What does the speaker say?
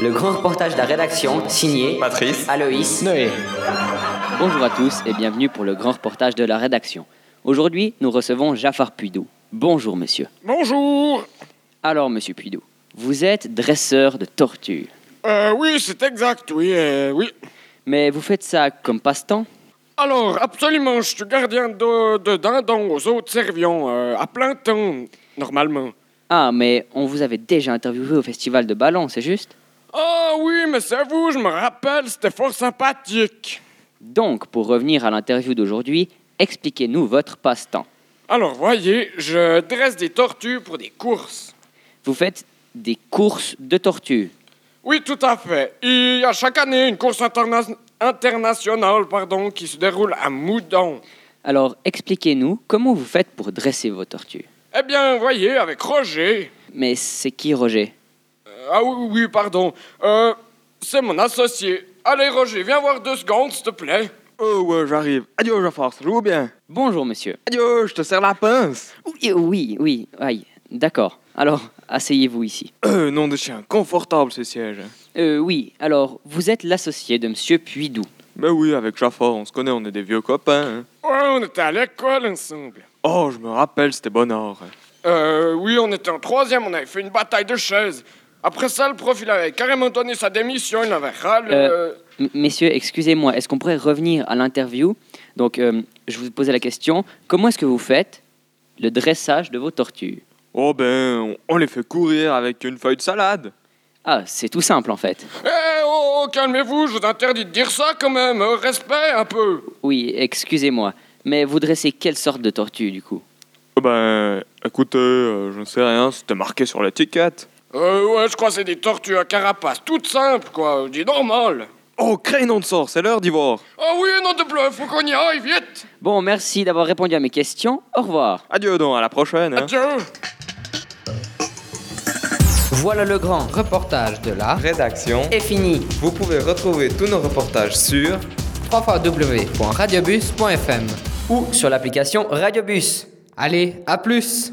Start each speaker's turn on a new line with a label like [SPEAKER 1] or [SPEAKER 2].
[SPEAKER 1] Le grand reportage de la rédaction, signé
[SPEAKER 2] Patrice,
[SPEAKER 1] Aloïs.
[SPEAKER 3] Noé.
[SPEAKER 4] Bonjour à tous et bienvenue pour le grand reportage de la rédaction. Aujourd'hui, nous recevons Jafar Puidou. Bonjour monsieur.
[SPEAKER 5] Bonjour
[SPEAKER 4] Alors monsieur Puidou, vous êtes dresseur de tortues.
[SPEAKER 5] Euh, Oui, c'est exact, oui, euh, oui.
[SPEAKER 4] Mais vous faites ça comme passe-temps
[SPEAKER 5] Alors, absolument, je suis gardien de, de dindons aux autres servions, euh, à plein temps, normalement.
[SPEAKER 4] Ah, mais on vous avait déjà interviewé au festival de Ballon, c'est juste
[SPEAKER 5] Ah oui, mais c'est vous, je me rappelle, c'était fort sympathique.
[SPEAKER 4] Donc, pour revenir à l'interview d'aujourd'hui, expliquez-nous votre passe-temps.
[SPEAKER 5] Alors, voyez, je dresse des tortues pour des courses.
[SPEAKER 4] Vous faites des courses de tortues.
[SPEAKER 5] Oui, tout à fait. Il y a chaque année une course interna- internationale pardon, qui se déroule à Moudon.
[SPEAKER 4] Alors, expliquez-nous comment vous faites pour dresser vos tortues.
[SPEAKER 5] Eh bien, voyez, avec Roger,
[SPEAKER 4] Mais c'est qui Roger
[SPEAKER 5] Ah oui, oui, oui, pardon. Euh, c'est mon associé. Allez, Roger, viens voir deux secondes, s'il te plaît.
[SPEAKER 2] Oh ouais, j'arrive. Adieu, Jafar, ça joue bien.
[SPEAKER 4] Bonjour monsieur.
[SPEAKER 2] Adieu, je te serre la pince.
[SPEAKER 4] Oui, euh, oui, oui, aïe, d'accord. Alors, asseyez-vous ici.
[SPEAKER 2] Euh, nom de chien, confortable ce siège.
[SPEAKER 4] Euh, oui, alors, vous êtes l'associé de monsieur Puidou.
[SPEAKER 2] Mais Ben oui, avec Jafar, on se connaît, on est des vieux copains. hein.
[SPEAKER 5] Ouais, on était à l'école ensemble.
[SPEAKER 2] Oh, je me rappelle, c'était Bonnard.
[SPEAKER 5] Euh, oui, on était en troisième, on avait fait une bataille de chaises. Après ça, le prof, il avait carrément donné sa démission, il avait râlé.
[SPEAKER 4] Euh, M- messieurs, excusez-moi, est-ce qu'on pourrait revenir à l'interview Donc, euh, je vous posais la question, comment est-ce que vous faites le dressage de vos tortues
[SPEAKER 2] Oh ben, on- on les fait courir avec une feuille de salade.
[SPEAKER 4] Ah, c'est tout simple en fait.
[SPEAKER 5] Eh, oh, oh, calmez-vous, je vous interdis de dire ça quand même. euh, Respect un peu.
[SPEAKER 4] Oui, excusez-moi, mais vous dressez quelle sorte de tortue du coup
[SPEAKER 2] Oh Ben, écoutez, euh, je ne sais rien, c'était marqué sur l'étiquette.
[SPEAKER 5] Euh, ouais, je crois que c'est des tortues à carapace. Toutes simples, quoi. Des normales.
[SPEAKER 2] Oh, crée nom de sort, c'est l'heure d'Ivor.
[SPEAKER 5] Oh oui, non de bleu, faut qu'on y aille, vite.
[SPEAKER 4] Bon, merci d'avoir répondu à mes questions. Au revoir.
[SPEAKER 2] Adieu donc, à la prochaine. hein.
[SPEAKER 5] Adieu.
[SPEAKER 1] Voilà le grand reportage de la
[SPEAKER 6] rédaction.
[SPEAKER 1] est fini.
[SPEAKER 6] Vous pouvez retrouver tous nos reportages sur
[SPEAKER 1] www.radiobus.fm ou sur l'application Radiobus.
[SPEAKER 7] Allez, à plus